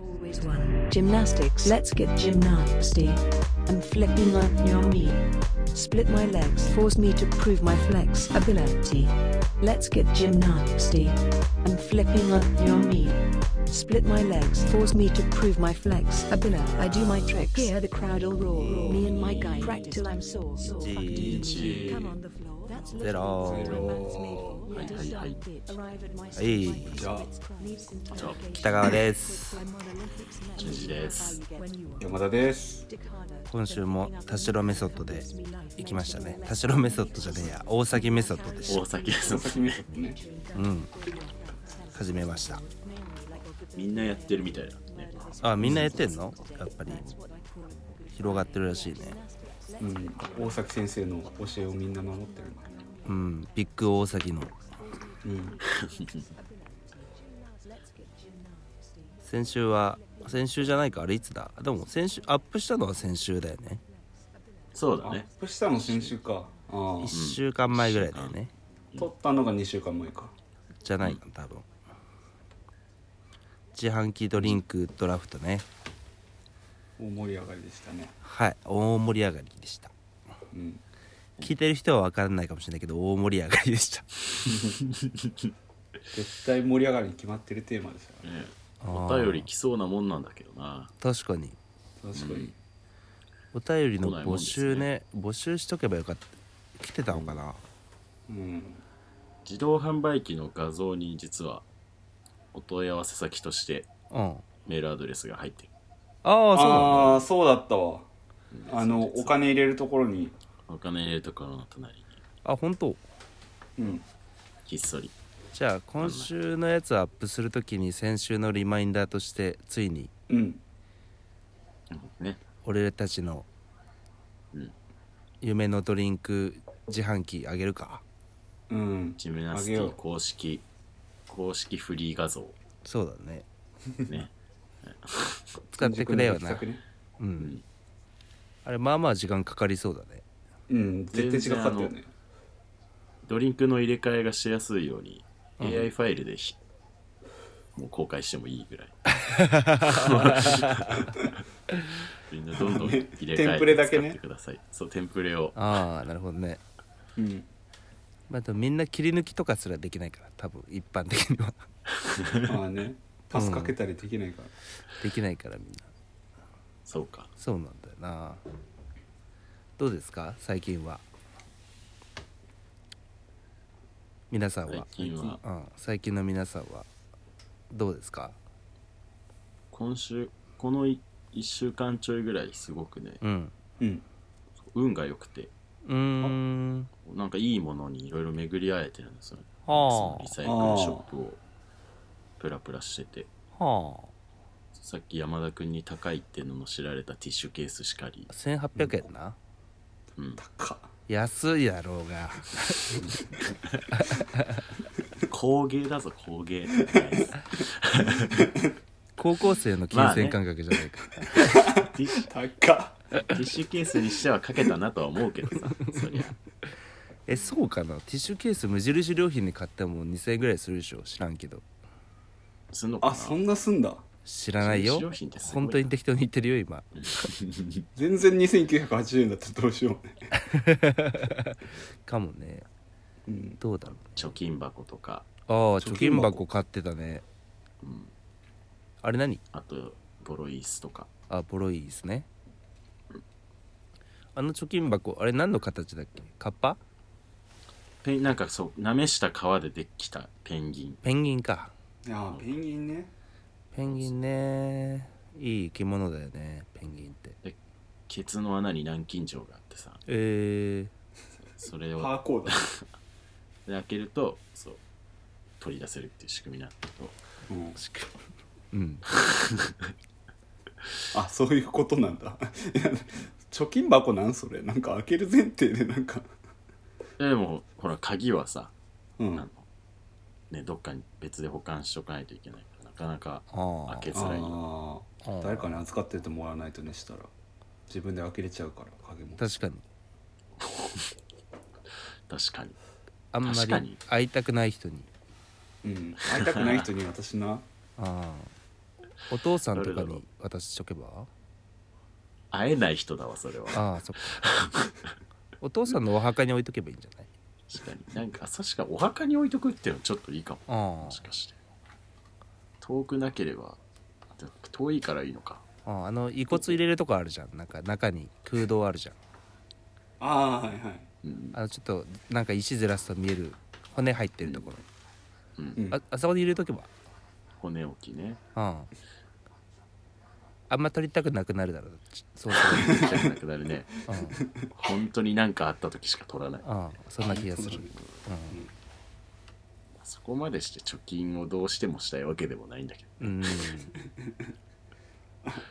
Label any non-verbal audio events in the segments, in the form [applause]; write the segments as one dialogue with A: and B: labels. A: Always one. Gymnastics. Let's get gymnasty. I'm flipping on your knee. Split my legs. Force me to prove my flexibility. Let's get gymnasty. I'm flipping on your knee. Split my legs. Force me to prove my flexibility. I do my tricks. Hear the crowd all roar. Me and my guy crack till I'm sore. Sore. Fuck
B: G-
A: dude. Come on the floor. That's
B: Zero.
A: literally what romance made for.
C: はいはいはい
A: Arrive at my
B: はい、
C: じゃあ
A: Leaves and
B: 北川です。
C: 順次です。
D: 山田です。
B: 今週も田代メソッドで行きましたね。田代メソッドじゃねえや、大崎メソッドでし
C: 大崎です
D: 佐。々木美里ね。
B: た。うん。始めました。
C: みんなやってるみたいだね。
B: あ、みんなやってんのやっぱり。広がってるらしいね。
D: うん。大崎先生の教えをみんな守ってるね。
B: うん。ビッグ大崎の。
D: うん。
B: 先週は、先週じゃないか、あれいつだでも先週、アップしたのは先週だよね。
C: そう
D: ア
C: だ
D: ッ
C: ね。
D: プしたの先週か。あ
B: 1週間前ぐらいだよね。
D: あ。撮ったのが2週間前か。
B: じゃないかな、多分。自販機ドリンクドラフトね。
D: 大盛り上がりでしたね。
B: はい。大盛り上がりでした。
D: うん。
B: 聞いてる人は分からないかもしれないけど大盛り上がりでした
D: 絶対盛り上がりに決まってるテーマですよ。
C: ね
B: あ
C: [laughs] お
B: ー
C: 便り来そうなもんなんだけどな。
B: 確かに
D: 確かに。
B: お便りの
C: 来ないもん
B: 募
C: です
B: 集ね募集しとけばよかった来てたのかな
D: うん。
C: 自動販売機の画像に実はお問い合わせ先として
B: うん
C: メールアドレスが入ってる。
B: ああそうなんだ
D: ああ、そうだったわ。あの、お金入れるところに。
C: お金入れるところの隣に
B: あ本当
D: うん。
C: ひっそり。
B: じゃあ今週のやつアップするときに先週のリマインダーとしてついに
D: うん。
C: ね。
B: 俺たちの
C: うん
B: 夢のドリンク自販機あげるか
D: うん。
C: ジムナス
D: あげ
C: テ
D: よ
C: ィ
D: う
C: 公式、公式フリー画像。
B: そうだね [laughs]
C: ね。
B: 使ってくれよ
C: [laughs]
D: 新
B: な
D: 宿の行き先ね
B: うんあれまあまあ時間かかりそうだね
D: うん。絶対違かったよね。
C: ドリンクの入れ替えがしやすいように、AI ファイルでひもう公開してもいいぐらい。みんなどんどん入れ替
D: テンプレ
C: えて
D: だけ
C: 使っ
D: ね
C: てください。そう、テンプレを。
B: ああなるほどね
D: [laughs] うん。
B: まあ、でもみんな切り抜きとかすらできないから多分一般的に
C: [laughs]
B: は
D: まあね。パスかけたりできないから。
B: できないからみんな
C: そうか。
B: そうなんだよなどうですか最近は皆さん
C: 最
B: は、
C: 近は、
B: うん、最近の皆さんはどうですか
C: 今週、この1週間ちょいぐらいすごくね、
B: うん
D: うん。
C: 運が良くて、
B: うーん
C: なんかいいものにいろいろ巡り合えてるんですよね。そ
B: は
C: のリサイクルショップをプラプラしてて。
B: あは
C: さっき山田君に高いってのの知られたティッシュケースしかり
B: あ、1800円な、
C: うん、
D: か。
B: 安いやろうが
C: 工芸だぞ工芸
B: 高校生の金銭感覚じゃないか、
C: ティッシュ
D: 高っ。
C: ティッシュケースにしてはかけたなとは思うけどさそりゃ
B: えそうかなティッシュケース無印良品で買っても2000円ぐらいするでしょ知らんけど
C: すんのかな
D: あ、そんなすんだ。
B: 知らないよ
C: 無印良品ってすごいな
B: 本当に適当に言ってるよ今
D: 全然2980円だったらどうしようね、
B: かもね
D: うん、
B: どうだろう
C: 貯金箱とか
B: ああ貯
D: 貯
B: 金
D: 金
B: 箱
D: 箱
B: 買ってたね、あれ何
C: あとボロイースとか
B: あボロいですねあの貯金箱あれ何の形だっけカッパ
C: ペンなんかそうなめした皮でできたペンギン
B: ペンギンか
D: ああペンギンね
B: ペンギンねいい生き物だよねペンギンって
C: ケツの穴に南京錠があってさ
B: え
C: それ
D: パ
C: を
D: ーコーだ、
C: で開けるとそう取り出せるっていう仕組みなんだけど
D: うん
B: ー、しかうん
D: あそういうことなんだ [laughs] いや貯金箱なんそれなんか開ける前提でなんか
C: でもほら鍵はさ
D: う
C: あの
D: ん
C: ね、どっかに別で保管しとかないといけないからなかなか
B: ああ
C: 開け
D: あ
C: づらいよ
B: あ
D: あ
B: ー
D: 誰かに預かっててもらわないとねしたら自分で開けれちゃうから鍵も
B: 確かに
C: 確かに
B: あんま
C: 確かに
B: り会いたくない人に
D: うん会いたくない人に私な
B: ああお父さんとか
C: 誰だろう
B: に渡しとけば
C: 会えない人だわそれは
B: ああそっか [laughs] お父さんのお墓に置いとけばいいんじゃない
C: 確かになんか確かお墓に置いとくっていうのはちょっといいかも
B: あ
C: もしかして遠くなければでも遠いからいいのか
B: ああああの遺骨入れるとこあるじゃんなんか中に空洞あるじゃん
D: [laughs] ああはいはい、
C: うん
B: あのちょっとなんか石ずらすと見える骨入ってるところ、
C: うん
D: うん、
B: ああそこに入れとけば
C: 骨置きね
B: うんあんま取りたくなくなるだろうちそうそ
C: 行きたくなくなる [laughs] ね
B: う、うん、
C: 本当に何かあった時しか取らない
B: ああそんな気が
C: [laughs]
B: する、
C: そこまでして貯金をどうしてもしたいわけでもないんだけど
B: うん、うん、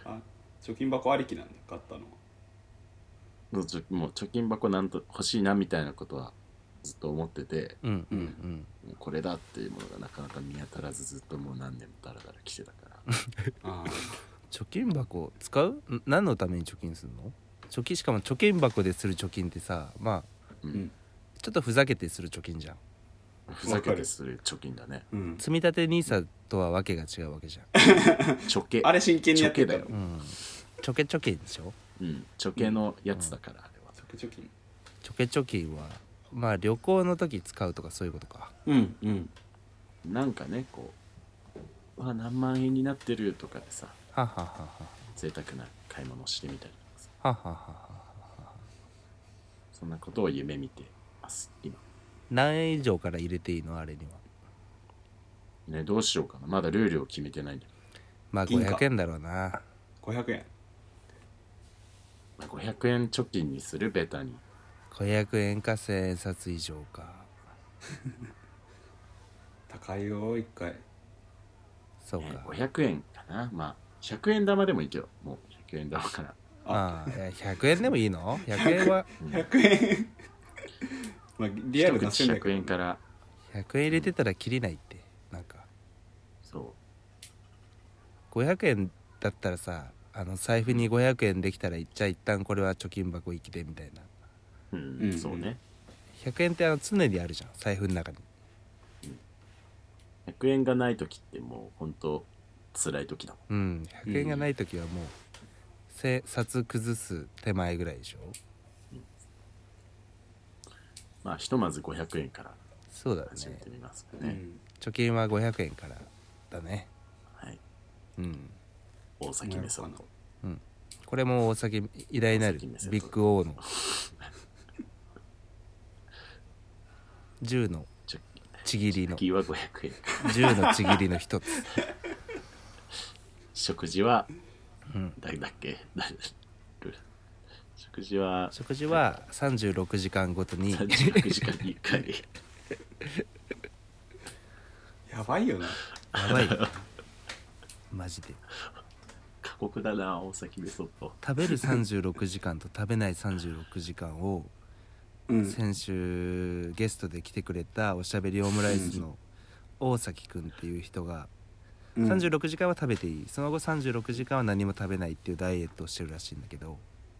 D: あ貯金箱ありきなんだ買ったのは
C: もうちょもう貯金箱なんと欲しいなみたいなことはずっと思ってて
B: うんうんうん
C: もうこれだっていうものがなかなか見当たらずずっともう何年もダラダラ来てたから
D: あ
B: 貯金箱使うん何のために貯金するの貯金しかも貯金箱でする貯金ってさまあ
C: う
D: うん
C: ん、
B: ちょっとふざけてする貯金じゃん
C: ふざけてする貯金だね
B: [laughs]
D: うん、
B: 積み立て NISA とはわけが違うわけじゃ
C: 貯金
D: あれ真剣にやってた
C: 貯金だ
B: ん、
C: よ
B: うん、貯金貯金でしょ
C: うん貯金のやつだからあれは
D: 貯金貯金
B: 貯金貯金はまあ旅行の時使うとかそういうことか
D: うんうん
C: なんかねこうあ何万円になってるとかでさ
B: ははは
C: 贅沢な買い物をしてみたりとかさ
B: ははははは
C: そんなことを夢見てます今
B: 何円以上から入れていいのあれには
C: ねどうしようかなまだルールを決めてないんだけ
B: まあ
D: 銀貨
B: 500円だろうな
D: 500円
C: どまあ500円貯金にするベタに
B: 500円か1000円札以上か
D: 高いよ一回
B: そう
C: ね
B: か、
C: 500円かなまあ100円玉でもいいけどもう100円玉から
B: ああいや100円でもいいの ?100 円は
D: 100円まあリアルな線だ
C: 100
D: け
C: 円
D: ど
C: から
B: 100円入れてたら切りないってなんか
C: そ
B: 500円だったらさあの財布に500円できたらじゃあ一旦これは貯金箱行きでみたいな
C: うう
D: うんん
C: そうね
B: 100円ってあの常にあるじゃん財布の中に
C: 100円がない時ってもう本当辛い時だもん
B: うん100円がない時はもう、せ札崩す手前ぐらいでしょ
C: まあひとまず500円から
B: そうだ
C: 始め
B: ね
C: てみますか
D: う
C: ね
D: ん
B: 貯金は500円からだね
C: はい
B: うん
C: 大崎メソッド
B: これも大崎偉大なる
C: 大崎目線
B: ビッグ O の10の
C: 貯
B: ちぎりの
C: 金は500円 [laughs]
B: 10のちぎりの一つ
C: 食事は
B: うん
C: 誰だっけ [laughs] 誰ル食事は
B: 食事は36時間ごとに
C: 36時間に1回
D: やばいよな
B: やばいよマジで
C: 過酷だな大崎メソッド
B: 食べる36時間と食べない36時間を
D: うん
B: 先週ゲストで来てくれたおしゃべりオムライスの大崎くんっていう人が
D: うん
B: 36時間は食べていいその後36時間は何も食べないっていうダイエットをしてるらしいんだけど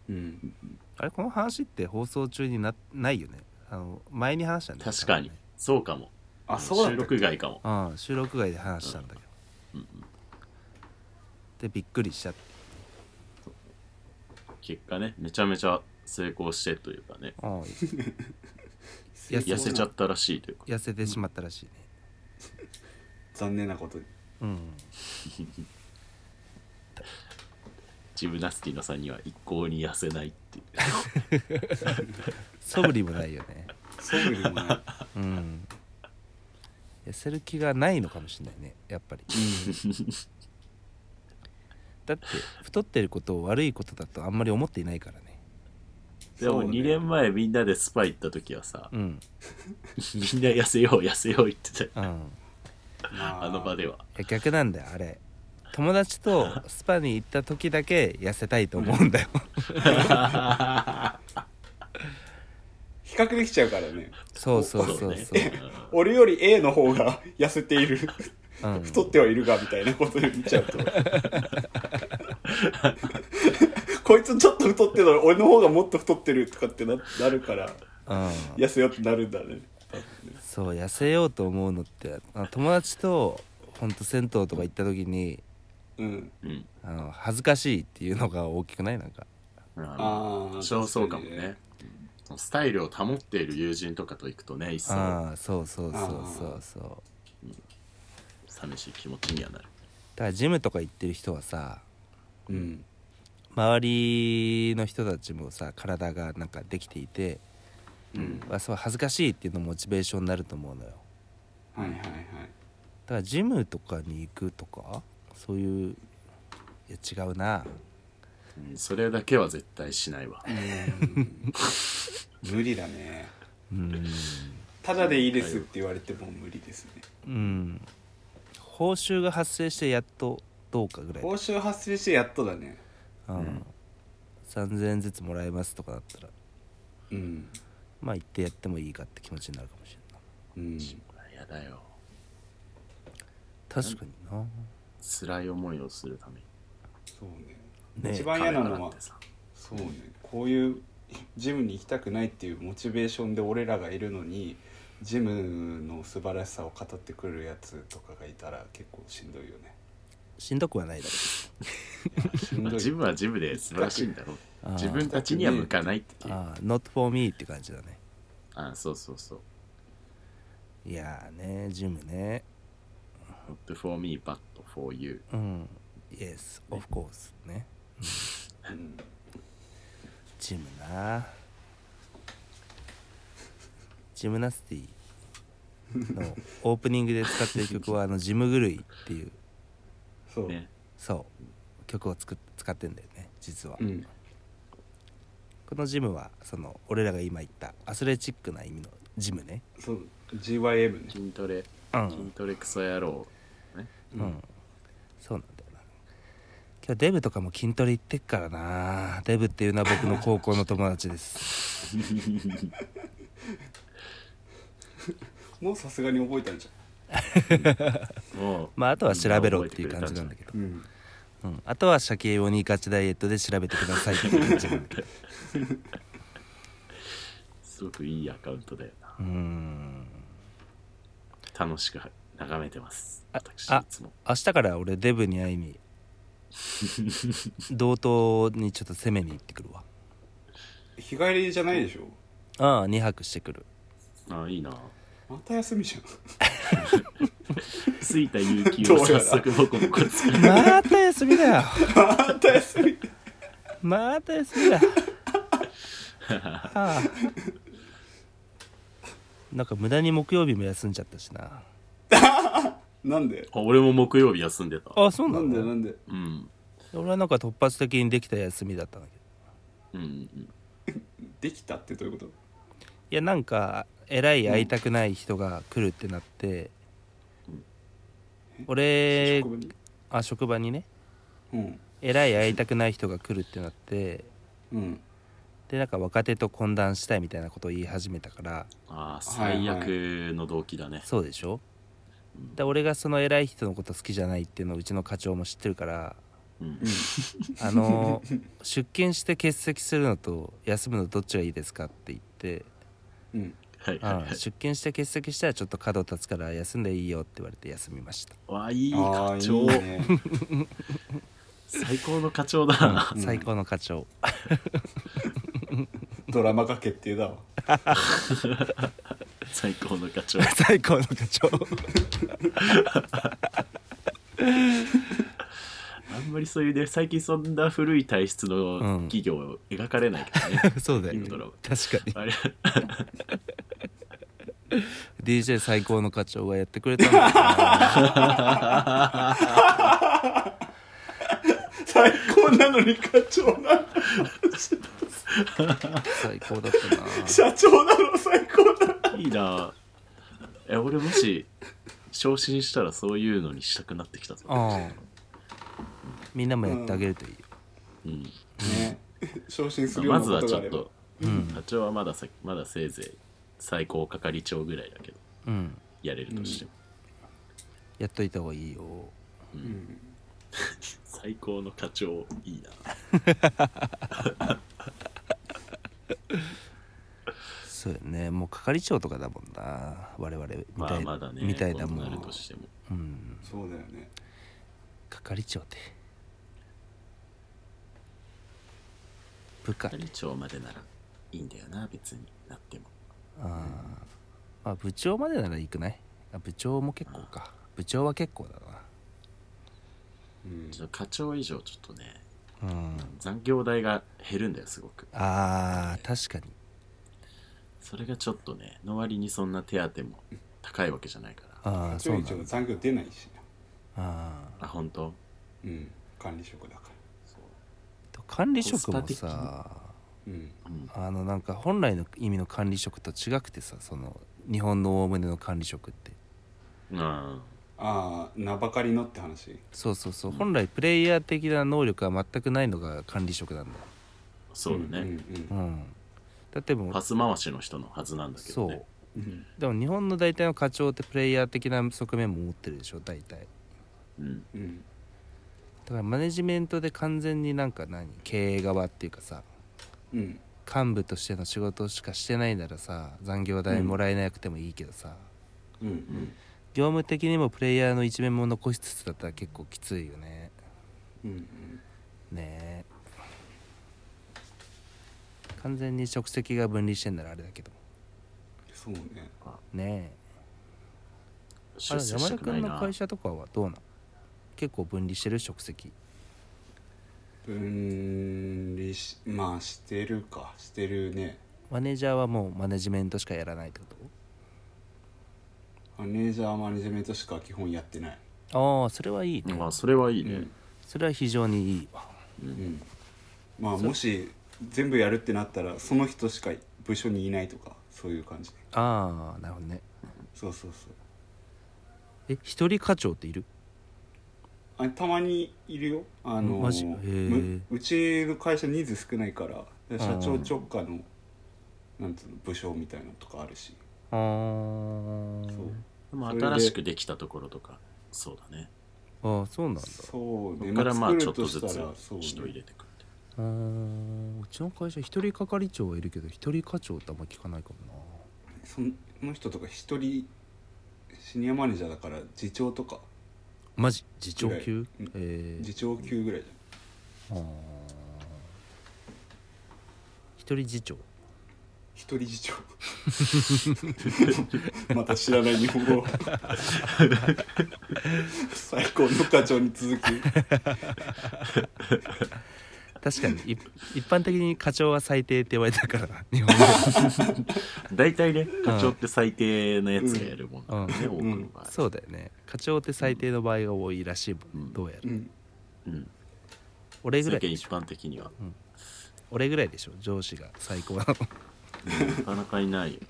D: うん
B: あれこの話って放送中になないよねあの前に話したんだよ
C: 確かにそうかも
D: あそう
C: 収
D: だった
C: 録外かも
B: うん収録外で話したんだけど、
C: うんうん
B: でびっくりしたって
C: 結果ねめちゃめちゃ成功してというかね
B: うん [laughs]
D: 成功
C: 痩
D: な
C: せちゃったらしいというか
B: 痩せてしまったらしいね
D: 残念なことに
B: うん
C: ジムナスティのさんには一向に痩せないっていう
B: 素振りもないよね
D: そういうのもない
B: うん痩せる気がないのかもしれないねやっぱりだって太ってることを悪いことだとあんまり思っていないからね
C: [laughs] で
D: そう
C: も
D: ね
C: 2年前みんなでスパ行った時
D: [laughs]
C: はさ
B: うん
C: みんな痩せよう痩せよう言ってたよ
B: うんい
D: ま
C: あの場では
B: や逆なんだよあれ友達とスパに行った時だけ痩せたいと思うんだよ
D: 比較できちゃうからね
B: [laughs] そうそうそうそう
C: ね
D: 俺より A の方が [laughs] 痩せている
B: うん
D: 太ってはいるがみたいなことで見ちゃうと [laughs] こいつちょっと太ってるのに俺の方がもっと太ってるとかってななるから
B: うん
D: 痩せようってなるんだね
B: そう痩せようと思うのってあ友達とほんと銭湯とか行った時に
D: うん
C: うん。
B: あの恥ずかしいっていうのが大きくないなんか
C: あ
D: ああ
C: あ、そうそうかもね。スタイルを保っている友人とかと行くとね、一層
B: ああそうそうそうそうそうだか
C: 寂しい気持ちにはなる。
B: らジムとか行ってる人はさ
D: うん
B: 周りの人たちもさ体がなんかできていて、
D: うん
B: まあ、そう恥ずかしいっていうのもモチベーションになると思うのよ
D: はいはいはい
B: だからジムとかに行くとかそういういや違うな
C: うんそれだけは絶対しないわ。
D: 無理だね
B: うん
D: ただでいいですって言われても無理ですね
B: うん報酬が発生してやっとどうかぐらい
D: 報酬発生してやっとだね
B: うん、3,000円ずつもらえますとかだったら
D: うん
B: まあ行ってやってもいいかって気持ちになるかもしれない
D: うん
C: やだよ。
B: 確かにな
C: 辛い思いをするために。
D: そうね
B: ね
D: 一番嫌な
C: 金
D: の
C: 払っ
D: は
C: てさ
D: そうねこういうジムに行きたくないっていうモチベーションで俺らがいるのにジムの素晴らしさを語ってくるやつとかがいたら結構しんどいよね
B: しんどくはないだろ
D: しん
C: ま
D: ど
C: あ
D: い
C: [laughs] ジ [laughs] ムはジムで素晴らしいんだろう。
B: あー
C: 自分たちには向かないっていう。あ
B: ああ not for me って感じだね
C: あー、そうそうそう。
B: いやーねジムね
C: not for me, but for you.
B: うん Yes of course ね
D: うん
B: ジムなジムナスティのオープニングで使ってる曲はあのジム狂いっていう
D: そう
C: ね。
B: そう曲を作っ使ってんだよね実は、
D: うん
B: このジムはその俺らが今言ったアスレチックな意味のジムね
D: そう GYM ね
C: 筋トレ、
B: うん、
C: 筋トレクソ野郎。
B: [laughs] うん、そうなんだよな今日デブとかも筋トレ行ってっからなデブっていうのは僕の高校の友達です [laughs]
D: もうさすがに覚えたんじ
C: もう。
B: まああとは調べろっていう感じなんだけど
D: ゃんうん
B: うん、あとはシャケ用にガチダイエットで調べてくださいっていうジム [laughs]
C: すごくいいアカウントだよな。
B: うーん
C: 楽しく眺めてます。
B: あ
C: 私
B: あ
C: いつも。
B: 明日から俺デブに会い [laughs] に同等にちょっと攻めに行ってくるわ
D: 日帰りじゃないでしょ
B: ああ2泊してくる
C: ああ、いいな。
D: また休みじゃん
C: ついた勇気を早速ボコボコつく。
B: また休みだよ
D: また休み
B: また休
D: [laughs]
B: みだはあなんか無駄に木曜日も休んじゃったしな
D: なんで
C: [laughs] あ俺も木曜日休んでた。
B: あそうな
D: な
B: の
D: んでなんで
C: うん。
B: 俺はなんか突発的にできた休みだったんだけど
C: うんうん。
D: できたってどういうこ
B: いやなんかえらい会いたくない人が来るってなって、
D: と
B: 俺
D: 職場に
B: あ職場にね
D: うん
B: えらい会いたくない人が来るってなって
D: うん
B: でなんか若手と懇談したいみたいなことを言い始めたから
C: ああ、最悪の動機だね。
B: そうでしょで俺がその偉い人のこと好きじゃないっていうのをうちの課長も知ってるから
C: うん。
B: あの出勤して欠席するのと休むのどっちがいいですかって言って
D: うん
C: はいはい
B: あ
C: は
B: 出
C: い。
B: 勤して欠席したらちょっと角立つから休んでいいよって言われて休みました
C: わあ、いい
D: ああ
C: 課
D: いい
C: 長。
D: ね
C: [laughs] 最高の課長だな。
B: 最高の課長
D: ドラマ化決定だわ
C: 最高の課長。
B: 最高の課長
C: あんまりそういうね、最近そんな古い体質の企業を描かれないからね。
B: そうだよ
C: 今ドラマ
B: 確かに
C: あれ
B: DJ 最高の課長がやってくれたんだか
D: 最高なのに課長なの
B: ら最高だったな
D: 社長なの最高なの
C: いいなえ、俺もし、昇進したらそういうのにしたくなってきたぞ。
B: うんみんなもやってあげるといいよ、
C: うん
D: ね昇進するような
C: まず
D: こ
C: は
D: と
C: ち
D: があ
C: ょっ
D: れば
C: と、課長はまださまだせいぜい最高係長ぐらいだけど、
B: うん、
C: やれるとしても、
B: やっといた方がいいよ
C: 最高の課長いいな。
B: そうよねもう係長とかだもんな我々み
C: ま
B: た
C: あ
B: い,、
C: まだね、
B: みたいな
C: 今
B: も
C: 度なる
B: ん
C: としても。
B: うん
D: そうだよね
B: 係長って部下
C: 係長までならいいんだよな別になっても
B: あーまあ部長までならいいくないあ部長も結構か部長は結構だ
D: うん
C: ちょっと課長以上ちょっとね
B: なうん
C: 残業代が減るんだよすごく
B: あー確かに
C: それがちょっとねの割にそんな手当も高いわけじゃないから
B: ああ
D: 課
B: そう
D: 長
B: な
D: 以
B: んだ
D: 上残業出ないしな
B: あ
C: あ本当
D: うん管理職だか
C: そ
B: ー管理職も
C: コス
B: さ
C: パ
D: らうん
C: う、うん、
B: あのなんか本来の意味の管理職と違くてさその日本のおおむねの管理職って
C: あ
D: ああ名ばかりのって話
B: そうそうそう、
C: うん
B: 本来プレイヤー的な能力は全くないのが管理職なんだ
C: あそうだね、
B: う
D: うん
B: だってもう
C: パス回しの人のはずなんだけ
B: そ
C: ど
B: う
C: ね
D: んうん
B: でも日本の大体の課長ってプレイヤー的な側面も持ってるでしょ大体
C: うん
D: うん
B: だからマネジメントで完全になんか何経営側っていうかさ
D: うん
B: 幹部としての仕事しかしてないならさ残業代もらえなくてもいいけどさ、
D: うんうん
B: 業務的にもプレイヤーの一面も残しつつだったら結構きついよね
D: うんうん
B: ねえ完全に職責が分離してんならあれだけど
D: そうね
B: ねえあ
C: 出
B: れ山
C: 世した
B: 田
C: くない
B: 君の
C: な
B: 会社とかはどうなん結構分離してる職責
D: 分離しまあしてるかしてるね
B: マネージャーはもうマネジメントしかやらないってこ
D: マネージャーマネジメントしか基本やってない
B: とああそれはいいね、
C: まあそれはいいね、
B: それは非常にいいわ
D: うんまあもし全部やるってなったらその人しか部署にいないとかそういう感じ
B: ああなるほどね
D: そうそうそう
B: え一人課長っている
D: あたまにいるよあの
B: マジへえ
D: むうちの会社人数少ないから社長
B: うん
D: 直下のなんつうの部署みたいなのとかあるし
B: あ
D: そう
C: でも
D: それで
C: 新しくできたところとかそうだね
B: ああそうなんだ
D: そう
C: そ
D: ね
C: こからまあ
D: 作
C: ちょ
D: る
C: っとず
D: し
C: つ
D: たらそうね
C: 人入れてくる
B: あーうちの会社一人係長はいるけど一人課長ってあんま聞かないかも
D: その人とか一人シニアマネージャーだから次長とか
B: なマジ次長級
D: うん
B: え
D: 次
B: ー、
D: 長級ぐらいじ
B: あー一人次長
D: ゃん一人
C: [laughs]
D: 次長また知らない日本語最高の課長に続き
B: 確かにい一般的に課長は最低って言われたから [laughs] 日本で
C: [laughs] 大体ね課長って最低のやつがやるもんだからね、
D: うん
C: 多くの場合、
B: そうだよね課長って最低の場合が多いらしいもん、
C: うん
B: どうやら、
D: うん
C: うん、
B: 俺ぐ
C: 世
B: らい
C: 間
B: で
C: 一
B: しょ
C: 般的には
B: 俺ぐらいでしょ上司が最高なの
C: なかなかいないよ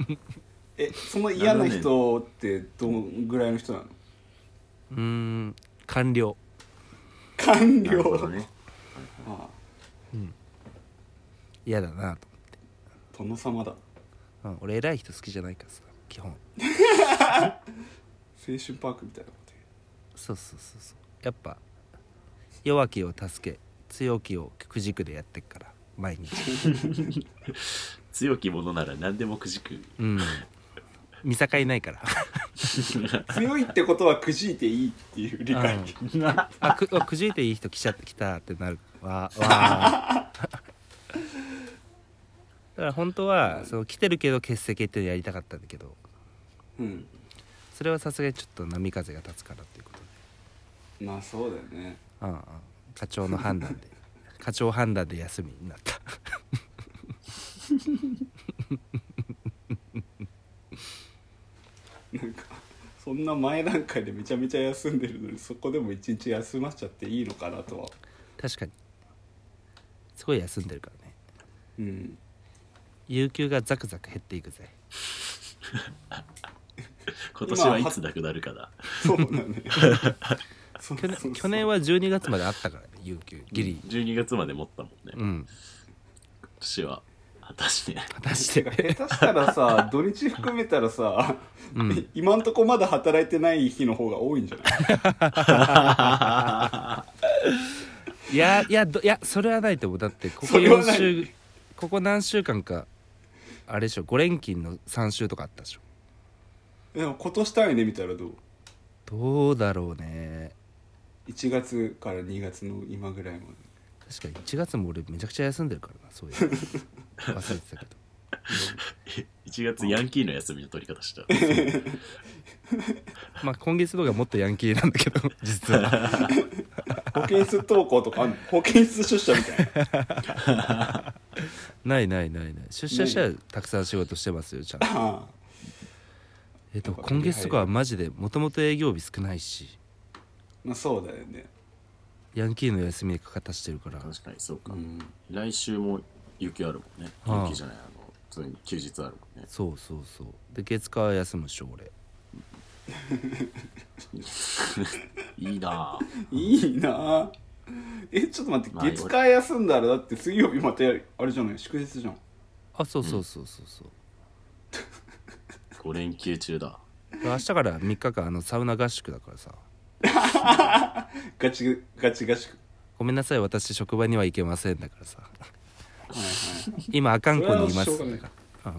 D: えその嫌な人ってどんぐらいの人なの
B: うーん官僚
D: 官
C: なるほ
D: 僚
C: どね
D: ああ
B: 嫌だなと、
D: 殿様だ
B: うん、俺偉い人好きじゃないからさ基本
D: 青春パークみたいなこと
B: そうそうそうそうやっぱ弱きを助け強きをくじくでやってっから毎日 [laughs]
C: 強き者なら何でもくじく
B: うん見境ないから
D: 言う強いってことはくじいていいっていう理解、
B: あくあくじいていい人来ちゃってきたってなるわ
D: [laughs]
B: わあだから本当はその来てるけど欠席っていうのやりたかったんだけど
D: うん、
B: それはさすがにちょっと波風が立つからっていうことで
D: まあそうだよね
B: うんうん課長の判断で
D: [laughs]
B: 課長判断で休みになった
D: なんかそんな前段階でめちゃめちゃ休んでるのにそこでも一日休ませちゃっていいのかなとは
B: 確かにすごい休んでるからね
D: うん
B: 有給がザクザク減っていくぜ
C: 今年はいつなくなるかだ
D: そうだねそう
B: 去
D: そうそう
B: 年去年は12月まであったからね有給ギリ
C: 12月まで持ったもんね、
B: う
C: 今
B: ん
C: 年は果たして
B: 果たして
D: か下手したらさ土日含めたらさ、今んとこまだ働いてない日の方が多いんじゃない
B: いやいやどいやそれはないと思うだってここ
D: それは
B: 4
D: ない
B: 週ここ何週間かあれでしょ5連勤の3週とかあったでしょ
D: でも今年単位で見たらどう
B: どうだろうね
D: 1月から2月の今ぐらいまで
B: 確かに1月も俺めちゃくちゃ休んでるからな
D: [laughs]
B: そういうの忘れてたけど
C: 1月ヤンキーの休みの取り方した。
B: まあ今月とかもっとヤンキーなんだけど [laughs] 実は
D: 保健室登校とかあんの保健室出社みたいな
B: ないないないない出社したらたくさん仕事してますよちゃんと
D: あ
B: えっと今月とかはマジでもともと営業日少ないし
D: あまあそうだよね
B: ヤンキーの休みにかかたしてるから
C: 確かにそうか。
D: ん
C: 来週も雪あるもんね。
B: ああ
C: 雪じゃない、あの、普通に休日あるもんね。
B: そうそうそうで月火は休むっしょ俺
C: いいなぁ。
D: いいなあえちょっと待っ
C: まあ
D: て月火休んだらだって水曜日またやるあれじゃない祝日じゃん
B: あそうそうそうそうそう、
C: 5連休中だ。
B: 明日から3日間あのサウナ合宿だからさ
D: ガチガチガチ
B: ごめんなさい私職場には行けませんだからさ
D: はいはい
B: 今阿寒湖にいま
D: そ
B: す
D: れはしょうがない
B: だからう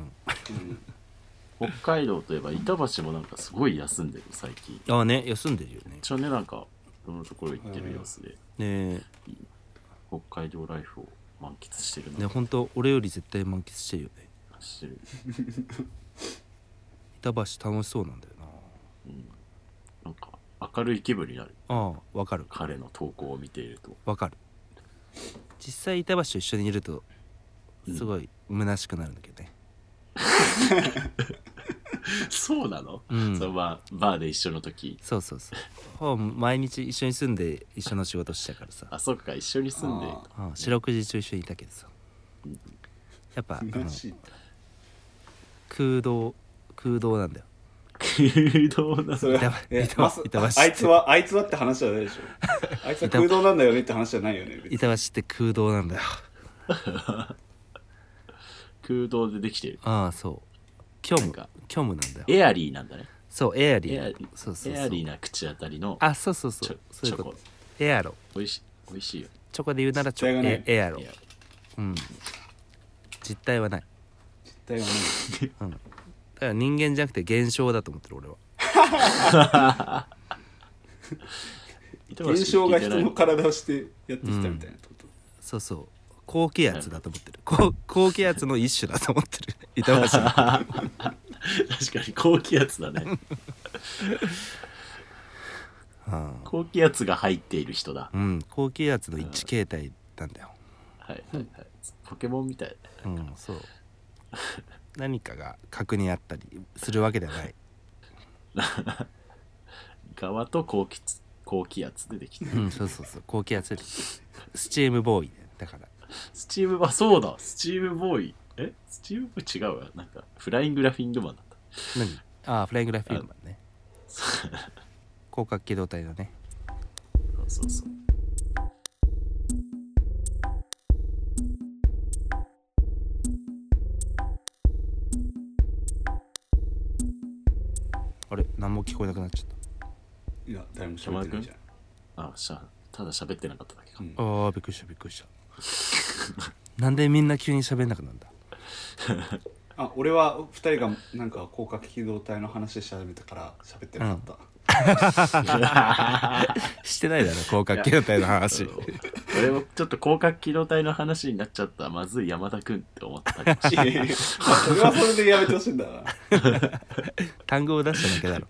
B: ん
C: 北海道といえば板橋もなんかすごい休んでる、最近。
B: ああね休んでるよね
C: 一応ね、なんか、いろんなところ行ってる様子で、
B: ね
C: 北海道ライフを満喫してる
B: えね
C: な、
B: 本当俺より絶対満喫してるよね
C: してる。
B: 板橋楽しそうなんだよな
C: なんか、明るい気分になる。
B: ああわかる
C: 彼の投稿を見ていると。
B: わかる実際板橋と一緒にいるとすごい虚しくなるんだけどね、
C: そうなの、
B: うん
C: そのまあ、バーで一緒の時。
B: そうそうそうほぼ毎日一緒に住んで一緒の仕事してたからさ
C: あ、そうか、一緒に住んで
D: ああ
B: うん四六時中一緒にいたけどさやっぱあの
D: マジ
B: 空洞空洞なんだよ
C: 空洞な
D: それ
B: 板
D: は
B: 橋
D: え
B: 板橋
D: まさ
B: 板橋って
D: あいつはあいつはって話じゃない
B: [laughs]
D: でしょあいつは空洞なんだよねって話じゃないよね別に
B: 板橋って空洞なんだよ
C: 空洞でできてる。
B: ああそう虚無
C: なんか
B: 虚無なんだよ
C: エアリーなんだね。
B: そうエアリ
C: エア
B: ー
C: リー
B: そうそう
C: エ
B: そ
C: ア
B: う
C: リーな口当たりの
B: あそうそうそ
C: チョ
B: うそういうこ
C: チョコ
B: とエアロ
C: 美味しい美味しいよ。
B: チョコで言うならチ
D: 実
B: ョ
D: 体が
B: コ
D: ない
B: エエアロ
C: エアロ
B: うん実体はない
D: 絶対は
B: だ
D: ね
B: から人間じゃなくて現象だと思ってる俺は
D: 現象が人の体をしてやってきたみたいなこと、
B: そうそう高気圧だと思ってる高高気圧の一種だと思って
C: [laughs]
B: る板橋の
C: 確かに高気圧だね。
B: うん
C: 高気圧が入っている人だ。
B: うん高気圧の一形態なんだよ
C: はいはいはい。ポケモンみたい。
B: うん
C: [laughs]
B: そう何かが核にあったりするわけではない
C: 側と高気圧高気圧でできてる。
B: うんそうそうそう高気圧よりスチームボーイだから
C: スチームあそうだ。スチームボーイ。えスチームボーイ違うわ。なんかフライングラフィングマンだった。
B: 何ああフライングラフィーマン [laughs] ね広角機動隊だね
C: そうそうそう。
B: あれ何も聞こえなくなっちゃっ
D: いや誰も喋ってないじゃん
C: あしゃただ喋ってなかっただけか。
B: たああびっくりしたびっくりした [laughs] なんでみんな急に喋んなくなるんだ
D: あ俺は2人がなんか広角機動隊の話し始めたから喋ってなかった、
B: してないだろ広角機動隊の
C: あ
B: 話
C: の俺もちょっと広角機動隊の話になっちゃったまずい山田君って思ったかもしれない
D: いやいや
B: [laughs]
D: まあそれはそれでやめてほしいんだな
B: 単語を出しただけだろ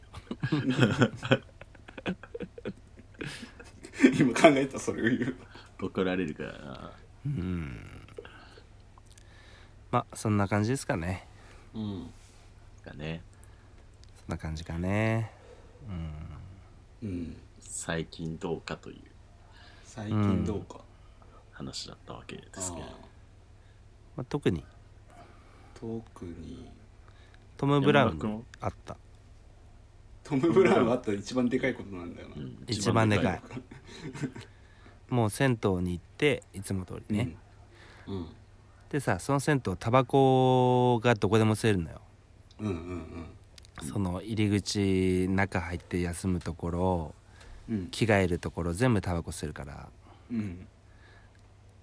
D: 今考えたそれを言う
C: 怒られるからな
B: まあそんな感じですかね
C: うんかね
B: そんな感じかね
D: うん
C: 最近どうかという
D: 最近どうか、
C: 話だったわけで
D: あ
C: すけど
D: あ
B: まあ、特に
D: 特に
B: トム・ブラウ
C: 山田君
B: ンあった
D: トム・ブラウンはあったら一番でかいことなんだよな、
C: うん
B: 一番でかいもう銭湯に行っていつも通りね、
D: うん、うん
B: でさその銭湯タバコがどこでも吸えるのよ
D: うんうん
B: その入り口中入って休むところ
D: うん
B: 着替えるところ全部タバコ吸えるから
D: うん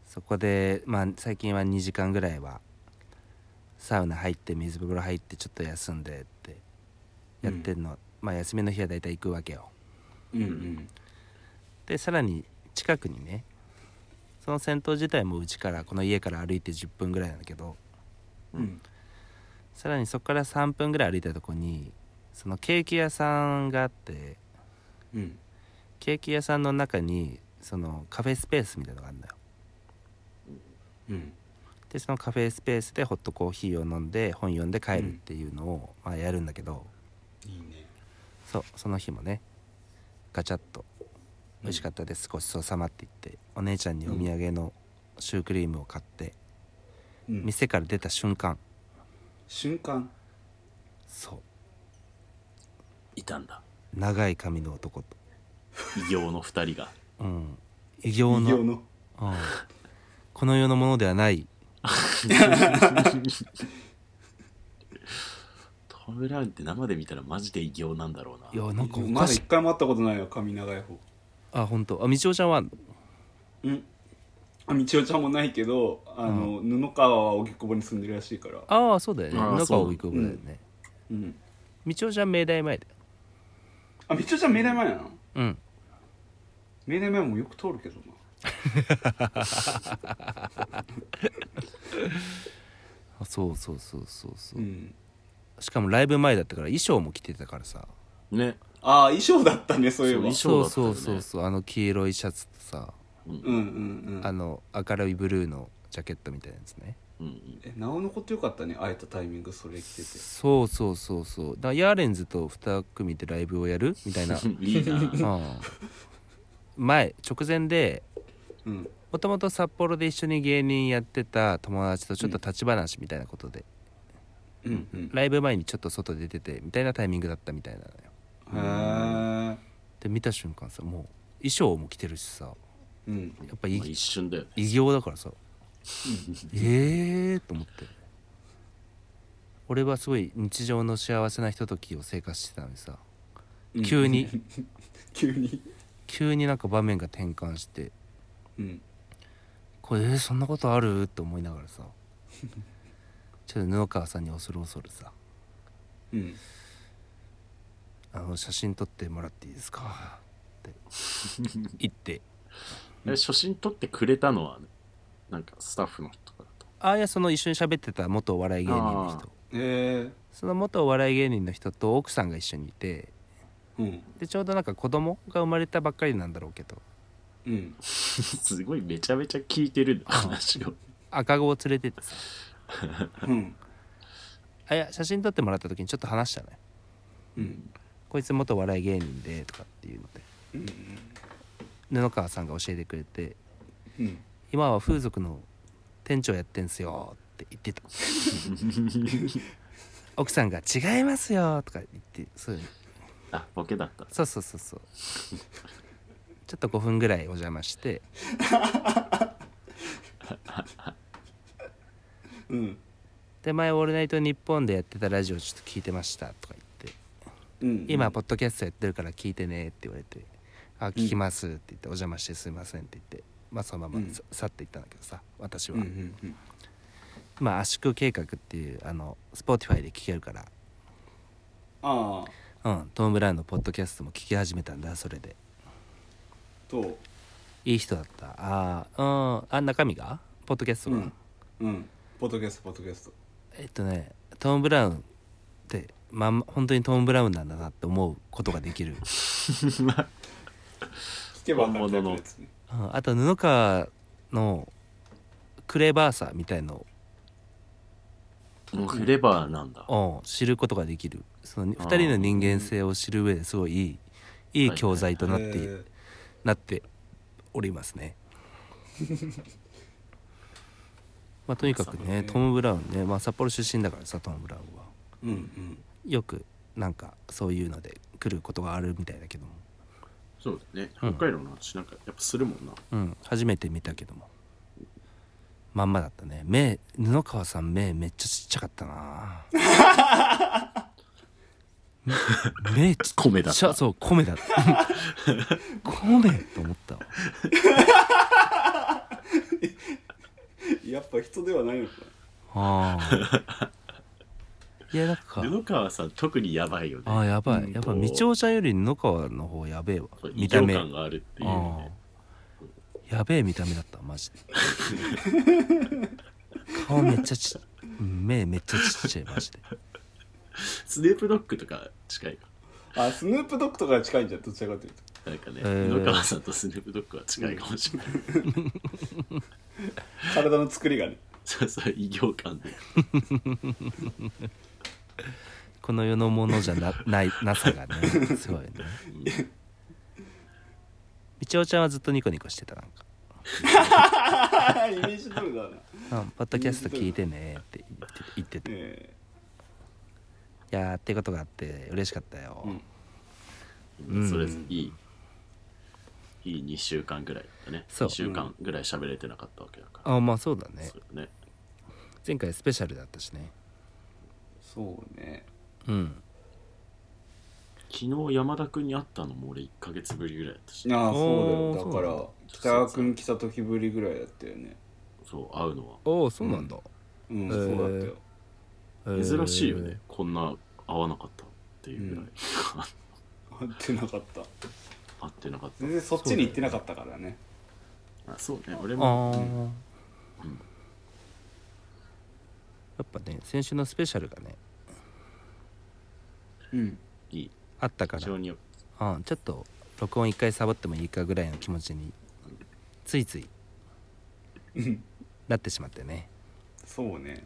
B: そこでまあ最近は2時間ぐらいはサウナ入って水風呂入ってちょっと休んでってやってんの、まあ休みの日は大体行くわけよ
D: うんうん
B: でさらに近くにねその銭湯自体もうちからこの家から歩いて10分ぐらいなんだけど
D: うん
B: さらにそこから3分ぐらい歩いたとこにそのケーキ屋さんがあって
D: うん
B: ケーキ屋さんの中にそのカフェスペースみたいなのがあるんだよ
D: うん
B: でそのカフェスペースでホットコーヒーを飲んで本読んで帰るっていうのを、まあ、やるんだけど
D: いいね
B: そうその日もねガチャッと「美味しかったです、ごちそうさま」って言ってお姉ちゃんにお土産のシュークリームを買って、
D: うん
B: 店から出た瞬間
D: 瞬間
B: そう
C: いたんだ
B: 長い髪の男と、
C: 異形の2人が
B: うん、異形の
D: 異形
B: う
D: の
B: ん、この世のものではない
C: トム・ブラウンって生で見たらマジで異形なんだろうない
B: やなんかお
D: ま
B: か
D: だ
B: しい
D: 一回も会ったことないよ髪長い方
B: あ本当あみちおちゃんはあんの
D: うんあみちおちゃんもないけどあの、布川は荻窪に住んでるらしいから
B: ああそうだよね
C: あー
B: 中
C: そう
B: を行くぐらいだよね
D: うん
B: みちおちゃん明大前だよ
D: あみちおちゃん明大前なの
B: うん
D: 明大前もよく通るけどな
B: あそうそうそうそうそう、
D: うん
B: しかもライブ前だったから衣装も着てたからさ
C: ね
D: ああ衣装だったねそういえば
C: そう衣装だったよ
B: そうそ
C: ね
B: うそうそうあの黄色いシャツとさ、
D: うんうんう
B: あ
D: ん
B: の明るいブルーのジャケットみたいなやつね
C: うんうん
D: えなおのことよかったね会えたタイミングそれ着てて
B: そうそうそうそうだからヤーレンズと2組でライブをやるみたい
C: [laughs]
B: な、う、
C: いいなん
B: 前直前で
D: うん
B: もともと札幌で一緒に芸人やってた友達とちょっと立ち話みたいなことで、
D: うんうん
B: ライブ前にちょっと外出ててみたいなタイミングだったみたいなのよ
D: へえ
B: で見た瞬間さもう衣装も着てるしさ
D: うん
B: やっぱ
C: ま
B: い
C: あ一瞬だよね
B: 異形だからさええー、と思って俺はすごい日常の幸せなひとときを生活してたのにさ
D: うん
B: 急に
D: [laughs] 急に
B: 急になんか場面が転換して
D: うん
B: これ、えーそんなことあるって思いながらさちょっと布川さんに恐る恐るさ
D: うん
B: あの写真撮ってもらっていいですかって言って
C: え写真撮ってくれたのは、なんかスタッフの人
B: [laughs]
C: からと
B: ああいやその一緒に喋ってた元お笑い芸人の
C: あー
B: 人
D: え
B: その元お笑い芸人の人と奥さんが一緒にいて
D: えうん
B: でちょうどなんか子供が生まれたばっかりなんだろうけど
D: うん
C: すごいめちゃめちゃ聞いてるんだ話を
B: 赤子を連れてってさ
D: うん
B: あいや写真撮ってもらった時にちょっと話したね
D: うん
B: こいつ元お笑い芸人でとかっていうので布川さんが教えてくれて
D: うん
B: 今は風俗の店長やってんすよって言ってた奥さんが「違いますよ」とか言ってそういうの
C: あボケだった
B: そうそうそうそうちょっと5分ぐらいお邪魔して
D: うん
B: で前「オールナイトニッポン」でやってたラジオちょっと聞いてましたとか言って「
D: うん
B: 今ポッドキャストやってるから聞いてね」って言われて「あ聞きます」って言って「お邪魔してすいません」って言ってまあそのままさ去っていったんだけどさ私
D: うん
B: は、
D: うんうん
B: まあ圧縮計画っていうあの Spotify で聞けるから
D: ああ
B: うんトム・ブラウンのポッドキャストも聞き始めたんだそれで
D: と
B: いい人だったあーうんあ中身がポッドキャスト
D: う
B: が、
D: んうんポッドキャストポッドキャスト
B: えっとねトム・ブラウンってまんま本当にトム・ブラウンなんだなって思うことができる、
D: 聞けばわかるタイプのやつね
B: うん、あと布川のクレバーさみたいの
C: もうクレバーなんだ
B: を知ることができるその2人の人間性を知る上ですごいいいいい教材となってい、
D: へえ
B: なっておりますね。 [laughs] まあとにかくねトム・ブラウンね、まあ、札幌出身だからさトム・ブラウンは
D: うんうん
B: よくなんかそういうので来ることがあるみたいだけども、
C: そうだね北海道の話なんかやっぱするもんな、
B: うん、初めて見たけどもまんまだったね目布川さん目めっちゃちっちゃかったな
C: [laughs]
B: 目ちっ
C: 米だっ
B: ちゃ
C: た
B: そう米だった米と思ったわ
D: やっぱ人ではないのか
B: ああいやなんか
C: 布川さん特にやばいよね
B: あーやば
D: うん
B: いやっぱ
C: こう
B: 未調査より野川の方やべえわ
C: 異
B: 見
C: 常
B: た目
C: 感があるっていう
B: あ
C: ね
B: ーやべえ見た目だったマジで
C: [laughs]
B: 顔めっちゃち目めっちゃちっちゃいマジで
C: スネープドッグとか近いよ
D: あスヌープドッグとか近いんじゃんどちらかというと
C: なんかね、
B: えー
C: 布川さんとスネープドッグは近いかもし
B: [laughs]
C: れない、
D: 体の作りがね
C: そうそう異形感で
B: この世のものじゃなないなさがねすごいねみちおちゃんはずっとニコニコしてたなんか
D: イメージ通りだな、
B: 「うんポッドキャスト聞いてね」って言って言ってて「い
D: え
B: やーってことがあって嬉しかったよ」
D: うん
B: うん
C: それぞれいい、いい2週間ぐらいだったね
B: そう
C: 2週間ぐらい喋れてなかったわけだから、
B: あまあそうだね
C: そうね
B: 前回スペシャルだったしね
D: そうね
B: うん
C: 昨日山田君に会ったのも俺1ヶ月ぶりぐらいだったし、ね、
D: ああそ
B: おー
D: うだよだか
B: そう
D: ら北川君来た時ぶりぐらいだったよね
C: そう会うのは
B: おおそうなんだ、
D: うん、
B: へー
D: そうだったよ
C: 珍しいよね、
B: えー
C: こんな会わなかったっていうぐらい、
D: うん会ってなかった
C: 会ってなかった
D: 全然そっちに行ってなかったからね
C: あそうね俺
B: あ
C: も
B: ー、やっぱね先週のスペシャルがね
D: うん
C: いい
B: あったか
C: 非
B: ら
C: 常によ
B: うん、ちょっと録音一回サボってもいいかぐらいの気持ちについついなってしまってね
D: そうね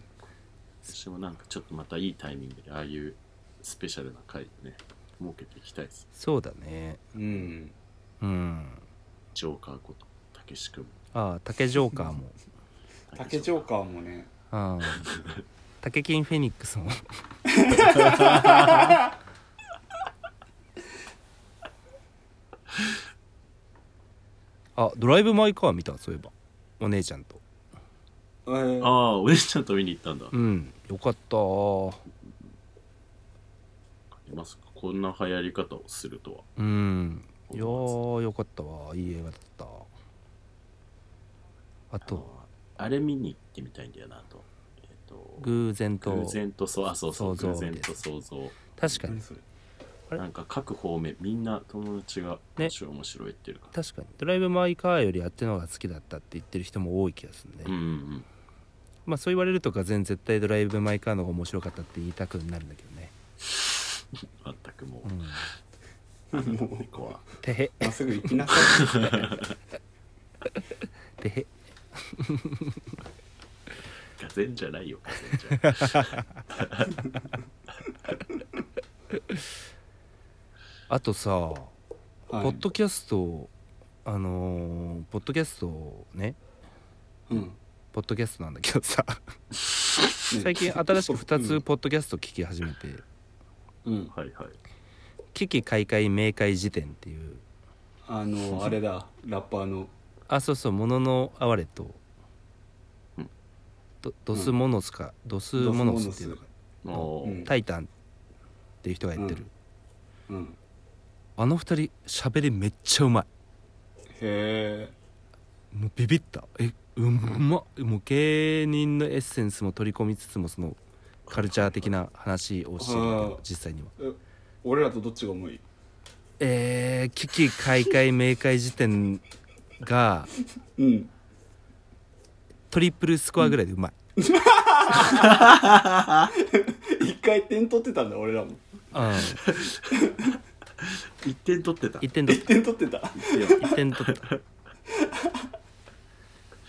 C: 私もなんかちょっとまたいいタイミングでああいうスペシャルな回ね設けていきたいです
B: そうだね
D: うん
B: うん
C: ジョーカーことたけし君も
B: ああ竹ジョーカーも
D: 竹ジョーカーもね
B: うん竹金フェニックスもあドライブ・マイ・カー見たそういえばお姉ちゃんと
D: えー
C: ああお姉ちゃんと見に行ったんだ、
B: うんよかった
C: まさかこんな流行り方をするとは
B: うんいやーよかったわいい映画だったあと
C: あれ見に行ってみたいんだよなと,、えっと
B: 偶然と
C: 偶然とそうあそうそう
B: 想像
C: 偶然と
B: です
C: 想像
B: 確かに
D: 何それ
B: あれ
C: なんか各方面みんな友達が
B: ね
C: 面白い面白い言ってるか
B: 確かにドライブ・マイ・カーよりあっちの方が好きだったって言ってる人も多い気がするね、
C: らうんうん
B: まあそう言われるとが全絶対ドライブ・マイ・カーの方が面白かったって言いたくなるんだけどね
C: うん全くもう、
B: うん
D: もう
C: ここは
B: てへ
D: まっすぐ行きなさい
B: てへ
C: ガゼンじゃないよガゼ
B: [laughs]
C: ンじゃ
B: あとさ、
D: はい
B: [laughs] ポッドキャストあのーポッドキャストね
D: うん
B: ポッドキャストなんだけどさ最近新しく2つポッドキャスト聞き始めて、
D: うん
C: はいはい
B: 危機開会明快辞典っていう
D: あのあれだラッパ
B: [laughs]
D: ーの
B: あそうそう「もののあわれと」
C: うん
B: ドドスモノスか、ドスモノスっていうのが
C: もう、
D: うん
B: タイタンっていう人がやってる、
D: うん
B: あの二人喋りめっちゃうま
D: へえ
B: いもうビビったえうんまもう芸人のエッセンスも取り込みつつもそのカルチャー的な話をしてるんだけ
D: あ
B: ど
D: ー
B: 実際には
D: 俺らとどっちが重い
B: えー、危機開会明快辞典が
D: うん
B: トリプルスコアぐらいでうまい、
D: [laughs] 一回点取ってたんだ俺らも
B: うん、
C: 1点取ってた
B: 1点取っ
D: 一点取って [laughs] た
B: 1点取った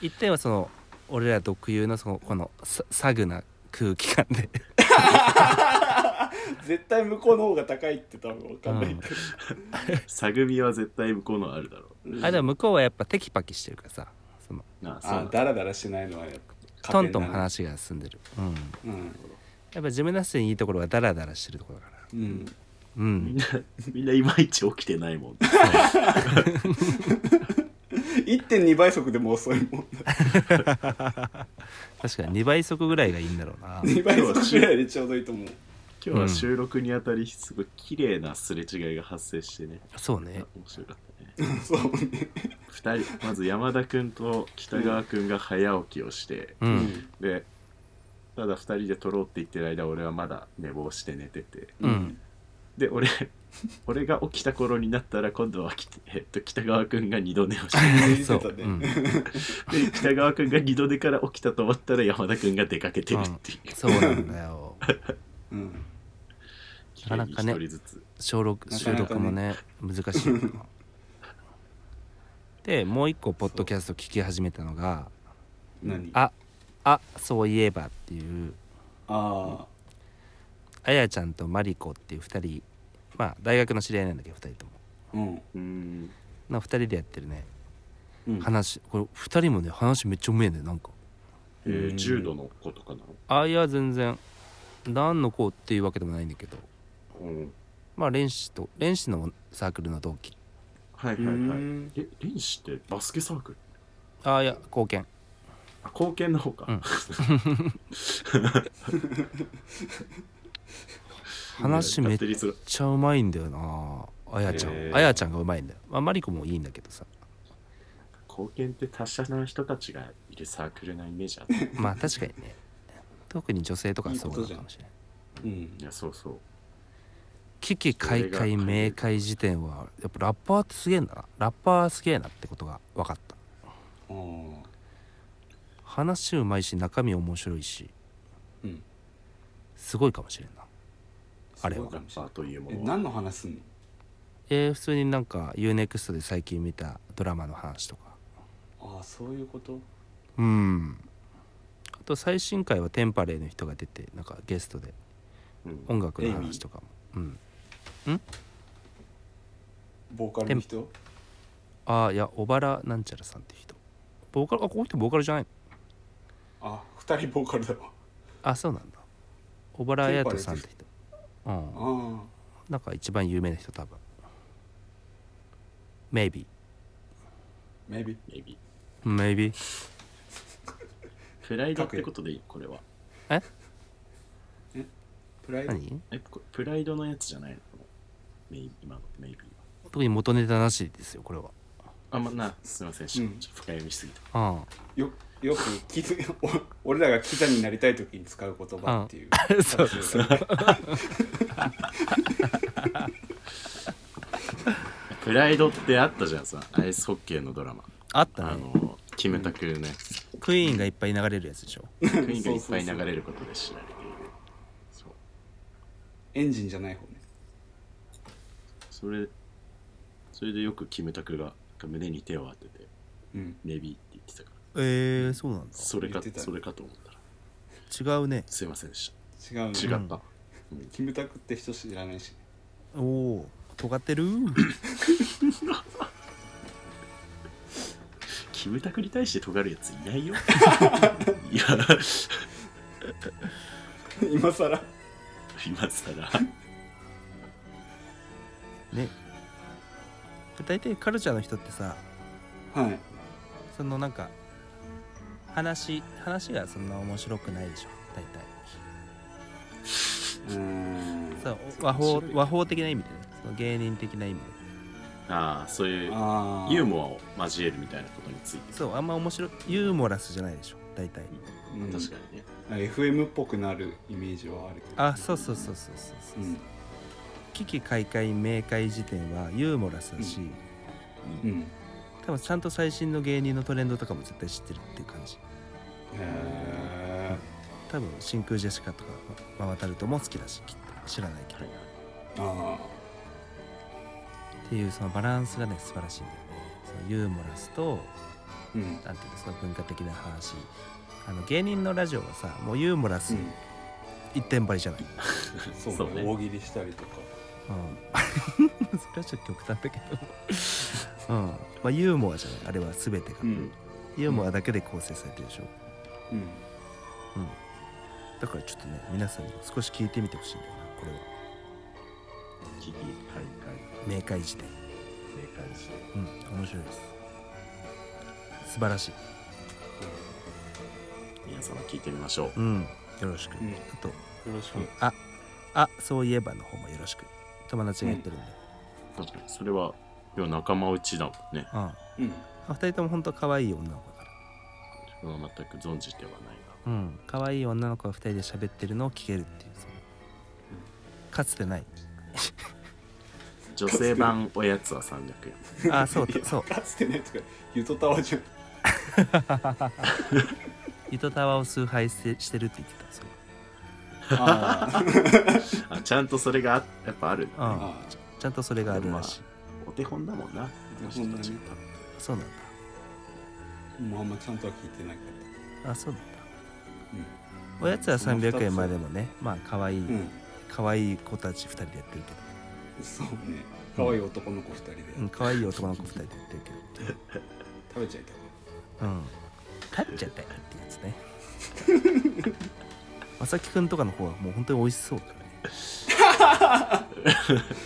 B: 1点はその俺ら特有のそのこのササグな空気感で
D: 絶対向こうの方が高いって多分分かんないけど、
C: サグミは絶対向こうのあるだろう
B: あでも向こうはやっぱテキパキしてるからさその
C: なあそう
D: あダラダラしないのはやっぱ
B: トントン
D: 勝
B: 話が進んでる、うん、や
D: 手になる
B: っぱジムナスティのいいところはダラダラしてるところだから
D: うん、う
B: う
D: ん、
C: みん
B: ん
C: なみんないまいち起きてないも
B: [laughs]
C: ん
D: 1.2倍速でも遅い [laughs] もん
B: 確かに2倍速ぐらいがいいんだろうな
D: 2倍速ぐらいでちょうどいいと思う
C: 今日は収録にあたりすごい綺麗なすれ違いが発生してね
B: そう
C: あ
B: ね
C: 面白かったね
D: [laughs] そうね
C: 二人まず山田君と北川君が早起きをして、
B: うん
C: でただ2人で撮ろうって言ってる間俺はまだ寝坊して寝てて
B: うん
C: で
B: [laughs]
C: 俺俺が起きた頃になったら今度はき、えっと、北川君が二度寝をして
B: [laughs]
D: 言って
B: そ
D: たね
B: う、うん、
C: で北川君が二度寝から起きたと思ったら山田君が出かけてるっていう、
B: そうなんだよ
D: うん
C: 綺麗に
B: なかなかね
C: 一人ずつ
B: 収録
D: な
B: 収
D: かなかね
B: 録もね難しいよなでもう一個ポッドキャスト聞き始めたのが
D: 何
B: 「ああそういえば」っていう
D: あ
B: あやちゃんとマリコっていう2人まあ大学の知り合いなんだけど2人とも
D: ーうん
C: うん
B: の2人でやってるね
D: うん
B: 話これ2人もね話めっちゃうめえねなんか
C: えー、重度のことかな、
B: あいや全然何の子っていうわけでもないんだけど
C: うん、
B: まあ練習と練習のサークルの同期
C: はいうはいはい、
D: ん
C: え練習ってバスケサークル
B: あいや貢献
C: あ貢献の方か、
B: うん話めっ
C: 勝手にする
B: めっちゃうまいんだよなあやちゃん、
C: へー
B: あやちゃんがうまいんだよ、まあ、マリコもいいんだけどさ
C: 貢献って他者の人たちがいるサークルなイメージある
B: [laughs] まあ確かにね特に女性とかはそうなの
D: いいことじゃん
B: かもしれない
D: うん
C: いやそうそう
B: 危機開会明快辞典はやっぱラッパーってすげえんだなラッパーすげえなってことが分かった
D: あー
B: 話うまいし中身面白いし
D: うん
B: すごいかもしれんなあれは
D: すごい
C: ラ
D: かもしれな
C: ッパー
D: い
C: というも
D: え
C: のは
D: 何の話すんの
B: えー普通になんか UNEXT で最近見たドラマの話とか
D: ああそういうこと
B: うんあと最新回はテンパレーの人が出てなんかゲストで
C: うん
B: 音楽の話とかもうん
D: ボーカルの人
B: ああいや小原なんちゃらさんって人ボーカルあこの人ボーカルじゃないの
D: あ二人ボーカルだわ
B: あそうなんだ小原綾人さんって人うん
D: あ
B: なんか一番有名な人多分 Maybe
D: あ maybe
C: maybe
B: Maybe
C: プライドってことでいいこれは
D: プライド
B: 何
C: えこプライドのやつじゃないのメイ今のメイビーは
B: 特に元ネタなしですよこれは
C: あんまなすいませんし、
D: うん
C: ちょっと深読みしすぎた
B: うん
D: よよくキズお [laughs] 俺らがキザになりたい時に使う言葉っていう、
B: そうそう
C: プライドってあったじゃんさアイスホッケーのドラマ
B: あった
C: あ
B: ね
C: のキムタクのやつ
B: クイーンがいっぱい流れるやつでしょ
C: クイーンがいっぱい流れることで知られているそう
D: エンジンじゃない方ね
C: それそれでよくキムタクが胸に手を当てて
D: うん
C: メイビーって言ってたから
B: えー、そうなんだ
C: それ
D: 言
C: か
D: ってたね
C: それかと思ったら
B: 違うね
C: すいませんでし
D: 違うね
C: た違った、うん
D: キムタクって人知らないしね
B: おお尖ってる
C: キムタクに対して尖るやついない [laughs] よいや
D: [laughs] 今更
C: 今さら
B: ね大体カルチャーの人ってさ
D: はい
B: そのなんか話話がそんな面白くないでしょ大体
D: うーん
B: さ和法
C: 面白い
B: 和法的な意味でねその芸人的な意味で
C: ああそういう
D: あ
C: ユー
D: モ
C: モアを交えるみたいなことについて
B: そうあんま面白いユーモラスじゃないでしょ大体
D: うん
C: 確かにね
D: FM っぽくなるイメージはあるけど
B: あそうそうそうそうそうそう、
D: うん
B: 危機開会明快時点はユーモラスだし、
D: ううん
B: 多分ちゃんと最新の芸人のトレンドとかも絶対知ってるっていう感じ
D: へ
B: 多分真空ジェシカとかママタルトも好きだしきっと知らないけど、
C: はい
D: ーあ
B: っていうそのバランスがね素晴らしいんだよねそのユーモラスと
D: ーうん
B: なんていうのその文化的な話あの芸人のラジオはさもうユーモラス
D: う
B: 一点張りじゃない、うん
D: んそうね
C: そうね
D: 大喜利したりとか
B: それはちょっと極端だけどうんまあユーモアじゃないあれは全てが、
D: うん
B: ユーモアだけで構成されてるでしょ、
D: うん
B: うん、だからちょっとね皆さんにも少し聞いてみてほしいんだよなこれは
C: 危機開会
B: 明快時点
C: 正解して
B: うん面白いです素晴らしい
C: 皆様聞いてみましょう
B: うんよろしく、
D: うんよ
B: あと
D: ろしく
B: ああそういえばの方もよろしく友達がやってるんで、
C: 確かにそれは要は仲間内だもんね
B: うん、あ
D: うん
B: 2人とも本当可愛い女の子だか
C: のは全く存じてはないな
B: うん可愛い女の子が2人で喋ってるのを聞けるっていうそのかつてない
C: 女性版おやつは300円 [laughs]
B: あそうだそう
D: かつてないとかゆとたわじゃん
B: 糸タワーを崇拝してしてるって言ってたそう
D: あ
C: あちゃんとそれがあやっぱあるんだね
B: あ
D: あ
B: ちゃんとそれがあるらしい、
C: お手本だもんな
D: お手本だね
C: 私たち
B: そうなん
D: もうあんまちゃんとは聞いてないか
B: だあそうなんだ
D: ら
B: おやつは
D: その二つ
B: 300円までもねまあ可愛い、
D: うん、うん、
B: 可愛い子たち2人でやってるけど
D: そうね可愛い男の子2人で
B: うん、可愛い男の子2人でやってるけ
D: 食べちゃいた
B: どうん立っちゃったよってやつね [laughs] まさきくんとかの方はもう本当に美味しそうだね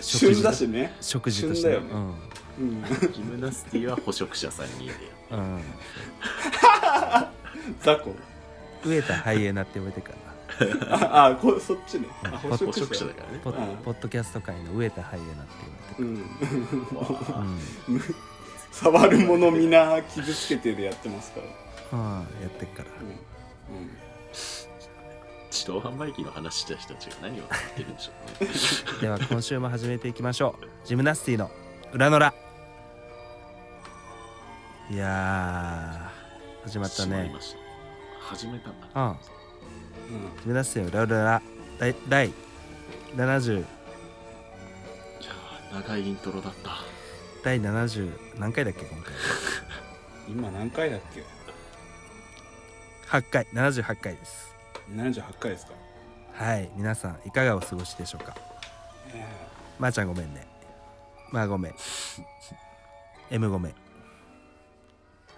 B: 食事
D: 旬だしね
B: 食事としてね
D: 旬だようん
C: ジムナスティは捕食者3人で
B: うん、うん、
D: 雑魚
B: 飢えたハイエナって呼ばれてるからな
D: ああこそっちねあ
C: まあ捕
D: 捕
C: 食
D: 食
C: 者
D: 者
C: だからね
B: ポッ
D: うん
B: ポッドキャスト界の飢えたハイエナって呼ばれてる
D: うん
B: うん、
D: [laughs] 触るもの皆傷つけてでやってますから
B: うん、やってっから
D: うん、うん
C: 自動販売機の話した人たちが何を言ってるんでしょうね
B: では今週も始めていきましょうジムナスティの裏の裏いやー始 [laughs] まった
C: しま
B: ね
C: いました始めたんだ
B: うん
D: うん
B: ジムナスティの裏裏裏第第70
C: いやー長いイントロだった
B: 第70何回だっけ今回
D: 今何回だっけ
B: 8回78回です
D: 78回ですか
B: はい皆さんいかがお過ごしでしょうか
D: え
B: まー、ちゃんごめんねまあごめん M ごめん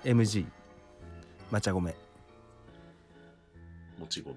B: MG まーちゃんごめん
C: もち米